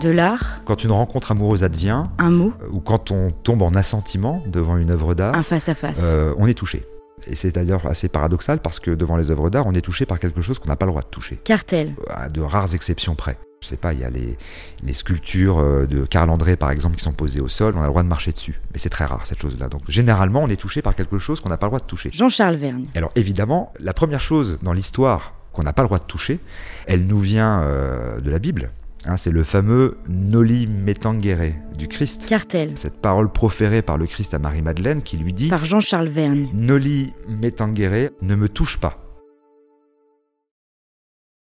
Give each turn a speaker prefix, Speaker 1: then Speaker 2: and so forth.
Speaker 1: de l'art,
Speaker 2: Quand une rencontre amoureuse advient,
Speaker 1: un mot,
Speaker 2: euh, ou quand on tombe en assentiment devant une œuvre d'art,
Speaker 1: un face-à-face.
Speaker 2: euh, on est touché. Et c'est d'ailleurs assez paradoxal parce que devant les œuvres d'art, on est touché par quelque chose qu'on n'a pas le droit de toucher,
Speaker 1: Cartel.
Speaker 2: à de rares exceptions près. Je sais pas, il y a les, les sculptures euh, de Carl André par exemple qui sont posées au sol, on a le droit de marcher dessus. Mais c'est très rare cette chose-là. Donc généralement, on est touché par quelque chose qu'on n'a pas le droit de toucher.
Speaker 1: Jean-Charles Vergne.
Speaker 2: Et Alors évidemment, la première chose dans l'histoire qu'on n'a pas le droit de toucher, elle nous vient euh, de la Bible. Hein, c'est le fameux Noli me tangere du Christ.
Speaker 1: Cartel.
Speaker 2: Cette parole proférée par le Christ à Marie-Madeleine qui lui dit
Speaker 1: Par Jean-Charles Vergne.
Speaker 2: Noli me tangere, ne me touche pas.